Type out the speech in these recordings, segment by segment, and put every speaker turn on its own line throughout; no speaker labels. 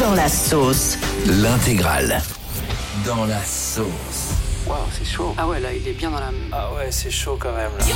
Dans la sauce.
L'intégrale. Dans la sauce.
Waouh, c'est chaud.
Ah ouais, là, il est bien dans la.
Ah ouais, c'est chaud quand même. Là.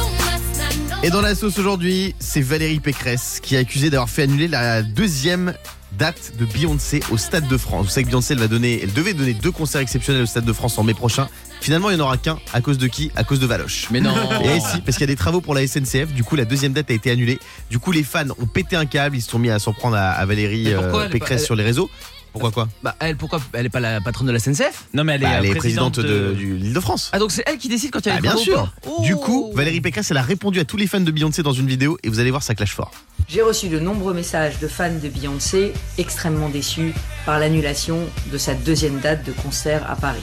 Et dans la sauce aujourd'hui, c'est Valérie Pécresse qui est accusée d'avoir fait annuler la deuxième date de Beyoncé au Stade de France. Vous savez que Beyoncé, elle, va donner, elle devait donner deux concerts exceptionnels au Stade de France en mai prochain. Finalement, il n'y en aura qu'un. À cause de qui À cause de Valoche.
Mais non
Et eh si, parce qu'il y a des travaux pour la SNCF, du coup la deuxième date a été annulée. Du coup les fans ont pété un câble, ils se sont mis à s'en prendre à, à Valérie
Mais pourquoi
euh,
elle est
Pécresse
pas- elle-
sur les réseaux. Pourquoi quoi
Bah elle, pourquoi elle est pas la patronne de la SNCF
Non, mais elle est,
Bah, Elle
euh,
est présidente de, du- l'Île-de-France.
Ah donc c'est elle qui décide quand il y a
Ah,
les
bien
travaux
sûr.
ou pas Oh.
Du coup, Valérie Pécresse, elle a répondu à tous les fans de Beyoncé dans une vidéo et vous allez voir, ça clash fort.
J'ai reçu de nombreux messages de fans de Beyoncé extrêmement déçus par l'annulation de sa deuxième date de concert à Paris.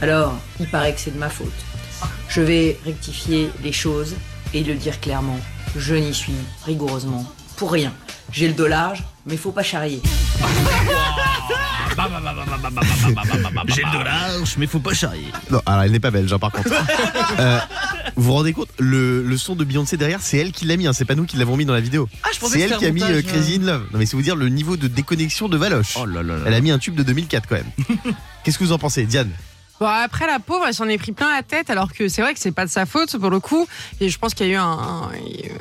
Alors, il paraît que c'est de ma faute. Je vais rectifier les choses et le dire clairement. Je n'y suis rigoureusement pour rien. J'ai le dos large, mais faut pas charrier.
J'ai le dollar, mais faut pas charrier.
Non, alors elle n'est pas belge, hein, par contre. Euh, vous vous rendez compte, le, le son de Beyoncé derrière, c'est elle qui l'a mis, hein, c'est pas nous qui l'avons mis dans la vidéo.
Ah je pensais
C'est
que c'était
elle qui a
un
mis euh,
montage,
Crazy
euh.
in Love. Non, mais c'est vous dire le niveau de déconnexion de Valoche.
Oh là là là.
Elle a mis un tube de 2004 quand même. Qu'est-ce que vous en pensez, Diane
Bon, après, la pauvre, elle s'en est pris plein la tête, alors que c'est vrai que c'est pas de sa faute, pour le coup. Et je pense qu'il y a eu un, un-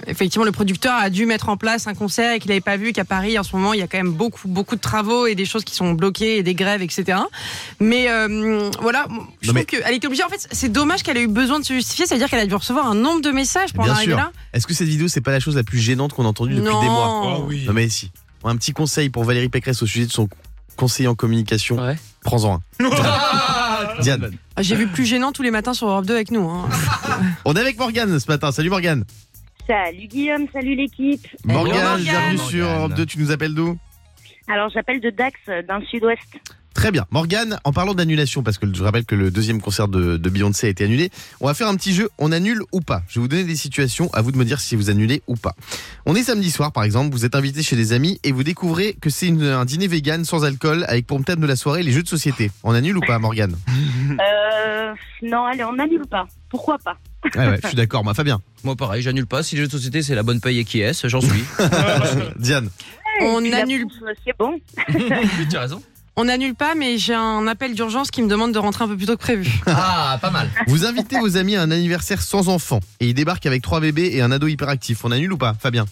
Effectivement, le producteur a dû mettre en place un concert et qu'il n'avait pas vu qu'à Paris, en ce moment, il y a quand même beaucoup, beaucoup de travaux et des choses qui sont bloquées et des grèves, etc. Mais euh, voilà, je
Non, mais-
trouve qu'elle était obligée. En fait, c'est dommage qu'elle ait eu besoin de se justifier, c'est-à-dire qu'elle a dû recevoir un nombre de messages pour en
Bien
arriver
sûr.
là.
Est-ce que cette vidéo, c'est pas la chose la plus gênante qu'on a entendue depuis
Non.
des mois
Oh
oui.
Euh,
Non, mais si. Un petit conseil pour Valérie Pécresse au sujet de son conseiller en communication.
Ouais.
Prends-en un.
Ah,
Diane.
Ah, J'ai vu plus gênant tous les matins sur Europe 2 avec nous. hein.
On est avec Morgane ce matin. Salut Morgane.
Salut Guillaume, salut l'équipe.
Morgane,
Morgane.
bienvenue
Morgane.
sur Europe 2. Tu nous appelles d'où
Alors j'appelle de Dax, euh, dans le sud-ouest.
Très bien. Morgane, en parlant d'annulation, parce que je rappelle que le deuxième concert de, de Beyoncé a été annulé, on va faire un petit jeu, on annule ou pas. Je vais vous donner des situations, à vous de me dire si vous annulez ou pas. On est samedi soir, par exemple, vous êtes invité chez des amis et vous découvrez que c'est une- un dîner vegan sans alcool avec pour thème de la soirée les jeux de société. On annule ou pas, Morgane
Hmm.
Euh, non, allez, on annule pas. Pourquoi pas
Ouais, ouais, je suis d'accord, moi, Fabien.
Moi pareil, j'annule pas. Si les jeux de société c'est la bonne paye et qui est, j'en suis.
Diane,
On
Et puis, la
annule
bouffe, euh, C'est bon.
tu as raison.
On n'annule pas, mais j'ai un appel d'urgence qui me demande de rentrer un peu plus tôt que prévu.
Ah, pas mal.
vous invitez vos amis à un anniversaire sans enfant et ils débarquent avec trois bébés et un ado hyperactif. On annule ou pas, Fabien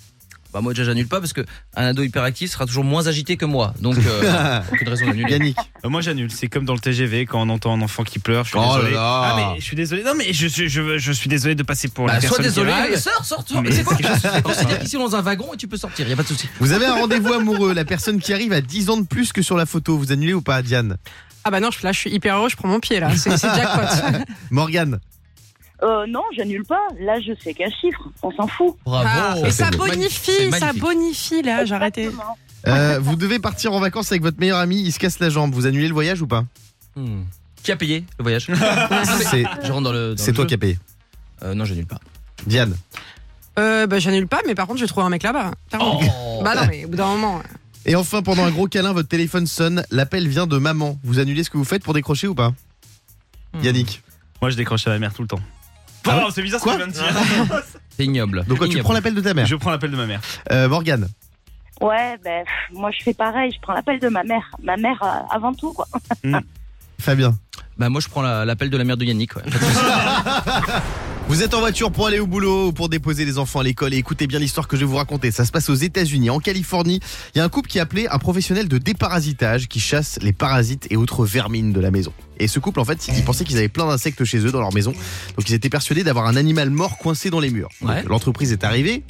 Bah moi déjà j'annule pas parce que un ado hyperactif sera toujours moins agité que moi. Donc euh, aucune raison d'annuler.
Yannick
Euh, Moi j'annule, c'est comme dans le TGV quand on entend un enfant qui pleure, je suis
Oh là
désolé.
là.
Ah mais je suis désolé. Non mais je, je, je, je suis désolé de passer pour la
Bah, sois
personne
désolé,
qui râle.
mais sors, sors toi.
Mais
Mais c'est quoi
c'est-
Je considère qu'ici on est dans un wagon et tu peux sortir, y a pas de souci.
Vous avez un rendez-vous amoureux, la personne qui arrive à 10 ans de plus que sur la photo, vous annulez ou pas, Diane
Ah bah non, je- là je suis hyper heureux, je prends mon pied là, c'est c'est jackpot.
Morgane
Euh, non, j'annule pas. Là, je sais qu'un chiffre. On s'en fout.
Ah, et ça
C'est
bonifie,
magnifique.
ça bonifie là, Ah, j'ai arrêté.
Exactement.
euh, vous devez partir en vacances avec votre meilleur ami, il se casse la jambe, vous annulez le voyage ou pas
Hmm. Qui a payé le voyage
C'est-
Je rentre dans le. dans
C'est
le
toi
jeu.
qui as payé.
Euh, non, j'annule pas.
Diane,
Euh, bah j'annule pas, mais par contre je vais trouver un mec là-bas. Clairement.
Oh.
Bah non, mais au bout d'un moment.
Et enfin, pendant un gros câlin, votre téléphone sonne, l'appel vient de maman. Vous annulez ce que vous faites pour décrocher ou pas
Hmm.
Yannick.
Moi je décroche à la mère tout le temps.
Ah
Oh, c'est bizarre
Quoi
ce que tu viens de dire.
C'est ignoble.
Donc quoi, tu
Ignoble.
prends l'appel de ta mère.
je prends l'appel de ma mère.
Euh, Morgane,
Ouais, ben pff, moi je fais pareil. Je prends l'appel de ma mère. Ma mère euh, avant tout, quoi.
Fabien.
Bah moi je prends la- l'appel de la mère de Yannick. ouais.
Vous êtes en voiture pour aller au boulot ou pour déposer les enfants à l'école et écoutez bien l'histoire que je vais vous raconter. Ça se passe aux États-Unis, en Californie. Il y a un couple qui a appelé un professionnel de déparasitage qui chasse les parasites et autres vermines de la maison. Et ce couple, en fait, ils pensaient qu'ils avaient plein d'insectes chez eux dans leur maison. Donc ils étaient persuadés d'avoir un animal mort coincé dans les murs. Donc,
Ouais.
L'entreprise est arrivée,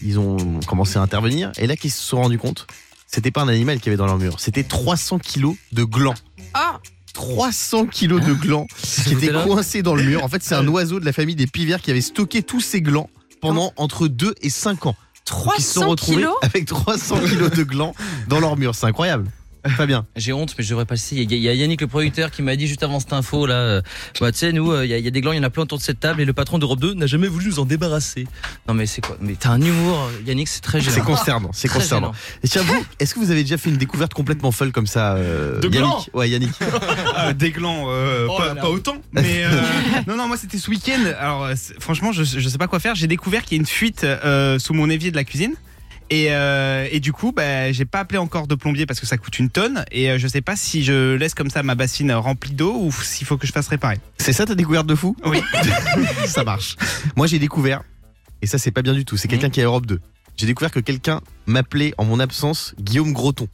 ils ont commencé à intervenir et là qu'ils se sont rendus compte, c'était pas un animal qu'il y avait dans leur mur, c'était 300 kilos de glands.
Ah,
300 kilos de glands qui était
Bouteille-là.
coincé dans le mur. En fait, c'est un oiseau de la famille des pivers qui avait stocké tous ses glands pendant entre 2 et 5 ans. Qui se sont
300
retrouvés
kilos
avec 300 kilos de glands dans leur mur. C'est incroyable. Fabien,
J'ai honte, mais je devrais pas le citer. Il y a- il y a Yannick le producteur qui m'a dit juste avant cette info là. euh, bah, tu sais, nous, euh, il y, a- il y a des glands, il y en a plein autour de cette table et le patron d'Europe 2 n'a jamais voulu nous en débarrasser. Non mais c'est quoi Mais t'as un humour, euh, Yannick, c'est très
c'est
gênant.
concernant. C'est hein.
Très
concernant.
gênant.
Et tiens, vous, est-ce que vous avez déjà fait une découverte complètement folle comme ça euh,
De glands
Yannick Ah, Ouais, Yannick.
Euh, des glands, euh,
Oh
pas,
là là.
pas autant. Mais euh, non, non, moi c'était ce week-end. Alors euh, c'est- franchement, je, je sais pas quoi faire. J'ai découvert qu'il y a une fuite euh, sous mon évier de la cuisine. Et, euh, et du coup, bah, j'ai pas appelé encore de plombier parce que ça coûte une tonne. Et euh, je sais pas si je laisse comme ça ma bassine remplie d'eau ou s'il faut que je fasse réparer.
C'est ça ta découverte de fou
Oui.
ça marche. Moi, j'ai découvert, et ça, c'est pas bien du
Mmh.
tout, c'est quelqu'un qui est à Europe 2. J'ai découvert que quelqu'un m'appelait en mon absence Guillaume Groton.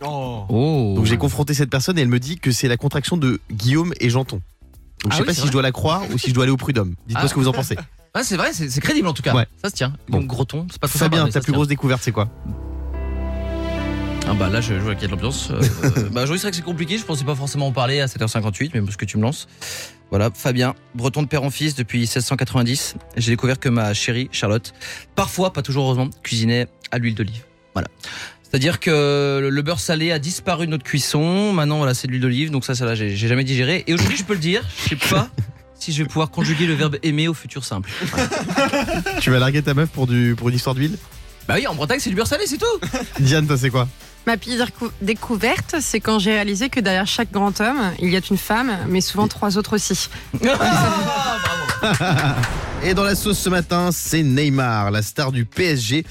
Oh.
Donc, j'ai confronté cette personne et elle me dit que c'est la contraction de Guillaume et Janton. Donc,
Ah
je sais
oui,
pas
c'est
si
vrai.
je dois la croire ou si je dois aller au prud'homme. Dites-moi
Ah.
ce que vous en pensez.
Ah, c'est vrai, c'est c'est crédible en tout cas.
Ouais.
Ça se tient.
Bon.
Donc gros ton, c'est pas trop sympa,
Fabien,
mais ça
ta
se
plus
tient.
grosse découverte, c'est quoi
Ah bah là, je, je vois qu'il y a de l'ambiance. Euh, euh, bah, je c'est vrai que c'est compliqué. Je pensais pas forcément en parler à 7h58, mais parce que tu me lances. Voilà, Fabien, breton de père en fils depuis 1690. J'ai découvert que ma chérie Charlotte, parfois, pas toujours heureusement, cuisinait à l'huile d'olive. Voilà. C'est-à-dire que le- le beurre salé a disparu de notre cuisson. Maintenant, voilà, c'est de l'huile d'olive. Donc ça, ça là, j'ai j'ai jamais digéré. Et aujourd'hui, je peux le dire, je sais pas si je vais pouvoir conjuguer le verbe aimer au futur simple.
Tu vas larguer ta meuf pour, du, pour une histoire d'huile
Bah oui, en Bretagne, c'est du beurre salé, c'est tout.
Diane, toi, c'est quoi
Ma pire décou- découverte, c'est quand j'ai réalisé que derrière chaque grand homme, il y a une femme, mais souvent trois autres aussi.
Ah, bravo.
Et dans la sauce ce matin, c'est Neymar, la star du PSG,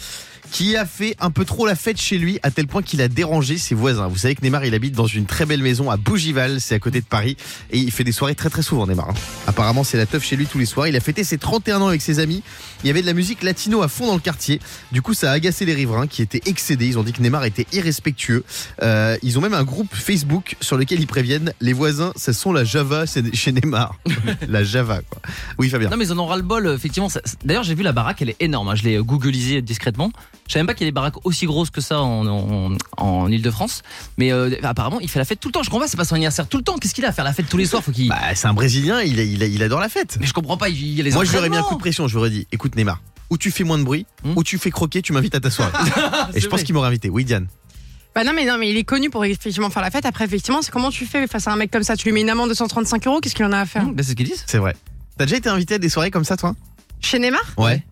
qui a fait un peu trop la fête chez lui, à tel point qu'il a dérangé ses voisins. Vous savez que Neymar, il habite dans une très belle maison à Bougival, c'est à côté de Paris, et il fait des soirées très très souvent, Neymar. hein. Apparemment, c'est la teuf chez lui tous les soirs. Il a fêté ses 31 ans avec ses amis. Il y avait de la musique latino à fond dans le quartier. Du coup, ça a agacé les riverains qui étaient excédés. Ils ont dit que Neymar était irrespectueux. Euh, ils ont même un groupe Facebook sur lequel ils préviennent les voisins, ce sont la Java c'est chez Neymar. la Java, quoi. Oui, Fabien.
Non mais ils en ont ras le bol, euh, effectivement. Ça- D'ailleurs j'ai vu la baraque, elle est énorme. hein. Je l'ai euh, googlisée discrètement. Je savais même pas qu'il y a des baraques aussi grosses que ça en, en, ile de france Mais euh, apparemment il fait la fête tout le temps. Je comprends pas, c'est pas son anniversaire tout le temps. Qu'est-ce qu'il a à faire la fête tous les soirs Faut qu'il.
Bah, c'est un Brésilien, il, il, il adore la fête.
Mais je comprends pas. Il il y a les
Moi, je lui aurais mis un
entraînements.
coup de pression, je lui aurais dit écoute, Neymar, ou tu fais moins de bruit,
Hmm.
ou tu fais croquer, tu m'invites à ta soirée. Et je
C'est
pense
vrai.
qu'il m'aurait invité. Oui, Diane.
Bah non, mais non, mais il est connu pour effectivement faire la fête. Après, effectivement, c'est comment tu fais face à un mec comme ça Tu lui mets une amende de 135 euros Qu'est-ce qu'il en a à faire
Hum, bah, c'est ce qu'ils disent.
C'est vrai. T'as déjà été invité à des soirées comme ça, toi
Chez Neymar
Ouais.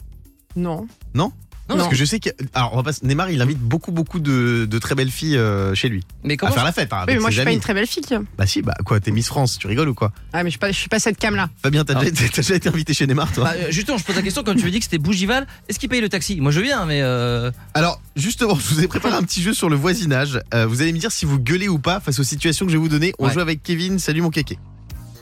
Non.
Non,
Parce
non.
que je sais que. Alors, on va pas... Neymar, il invite beaucoup, beaucoup de, de très belles filles euh, chez lui.
Mais
à
comment
faire la fête, hein,
Oui,
avec
mais moi,
ses
je suis pas
amis.
une très belle fille.
Bah, si, bah quoi, t'es Miss France, tu rigoles ou quoi
Ah, mais je suis pas, je suis pas cette cam là.
Fabien, t'as
Ah.
déjà, t'as déjà été invité chez Neymar, toi
Bah, euh, justement, je pose la question comme tu me dis que c'était Bougival. Est-ce qu'il paye le taxi Moi je viens, mais euh,
Alors, justement, je vous ai préparé un petit jeu sur le voisinage. Euh, vous allez me dire si vous gueulez ou pas face aux situations que je vais vous donner. On
Ouais.
joue avec Kevin. Salut, mon kéké.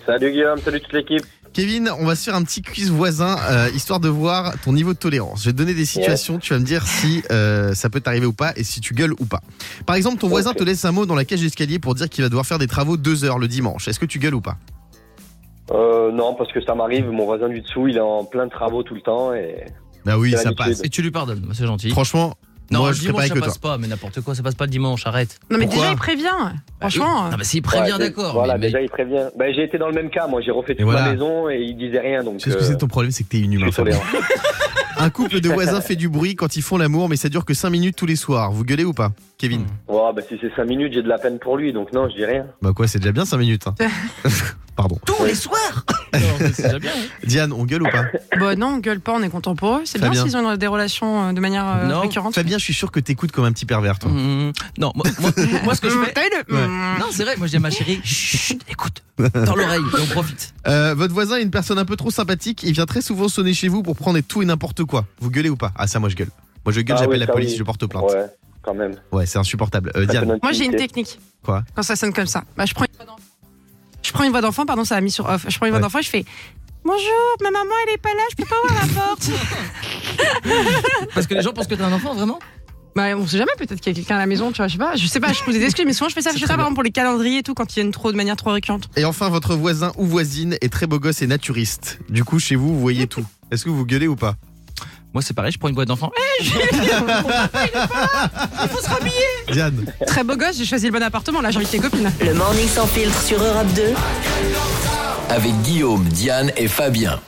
Salut Guillaume, salut toute l'équipe.
Kevin, on va se faire un petit quiz voisin, euh, histoire de voir ton niveau de tolérance. Je vais te donner des situations, tu vas me dire si euh, ça peut t'arriver ou pas et si tu gueules ou pas. Par exemple, ton voisin
Ok.
te laisse un mot dans la cage d'escalier pour dire qu'il va devoir faire des travaux deux heures le dimanche. Est-ce que tu gueules ou pas
Euh, non, parce que ça m'arrive, mon voisin du dessous, il est en plein de travaux tout le temps et...
Bah oui,
C'est
ça
l'habitude.
passe.
et tu lui pardonnes. Bah, C'est gentil.
Franchement,
non,
moi
le
je serais
dimanche
pareil
ça
que toi.
passe pas. Mais n'importe quoi, ça passe pas le dimanche. Arrête.
Non, mais
Pourquoi
déjà, il prévient. Franchement. hein.
Ah bah s'il prévient,
Ouais,
d'accord.
Voilà,
mais- mais-
déjà il prévient. Ben, j'ai été dans le même cas, moi j'ai refait toute
voilà.
ma maison et il disait rien donc...
Tu sais ce que
euh,
c'est ton problème, c'est que t'es
je
inhumain.
suis
Fabien.
tolérant.
Un couple de voisins fait du bruit quand ils font l'amour, mais ça dure que cinq minutes tous les soirs. Vous gueulez ou pas, Kevin
Hmm.
Ouais, ben, si c'est 5 minutes, j'ai de la peine pour lui, donc non, je dis rien.
Bah quoi, c'est déjà bien cinq minutes. hein. Pardon.
Tous les soirs. Non, mais c'est déjà bien. hein.
Diane, on gueule ou pas
Bon, euh, bah non, on gueule pas, on est content pour eux. C'est bien
Fabien.
s'ils ont des relations euh, de manière euh,
Non,
récurrente.
Fabien, je suis sûr que t'écoutes comme un petit pervers, toi.
Hum, Non, moi, moi- moi, ce que je
Hum,
fais.
t'as eu le-
Ouais.
Hum.
Non, c'est vrai, moi je dis à ma chérie, chut, écoute, dans l'oreille, et on profite.
Euh, votre voisin est une personne un peu trop sympathique. Il vient très souvent sonner chez vous pour prendre tout et n'importe quoi. Vous gueulez ou pas Ah ça, moi je gueule. Moi je gueule,
Ah
j'appelle
oui,
la
ça,
police,
oui.
je porte plainte. Ouais,
Ouais, quand même.
c'est insupportable.
Ça,
Euh,
c'est
Diane,
notre
Moi, j'ai une
limité.
technique.
Quoi
Quand ça sonne comme ça, bah, je prends une voix d'enfant. Je prends une voix d'enfant, pardon, ça a mis sur off. Je prends une voix
Ouais.
d'enfant et je fais Bonjour, ma maman, elle est pas là, je peux pas ouvrir la porte.
Parce que les gens pensent que t'es un enfant, vraiment
bah, on sait jamais, peut-être qu'il y a quelqu'un à la maison, tu vois, je sais pas. Je sais pas, je trouve des excuses, mais souvent je fais ça, je fais ça, par exemple, pour les calendriers et tout, quand ils viennent trop, de manière trop récurrente.
et enfin votre voisin ou voisine est très beau gosse et naturiste. Du coup, chez vous, vous voyez tout. Est-ce que vous gueulez ou pas
Moi c'est pareil, je prends une boîte d'enfant.
Diane,
Très beau gosse, j'ai choisi le bon appartement, là, j'ai envie de tes copines.
Le morning sans filtre sur Europe 2.
Avec Guillaume, Diane et Fabien.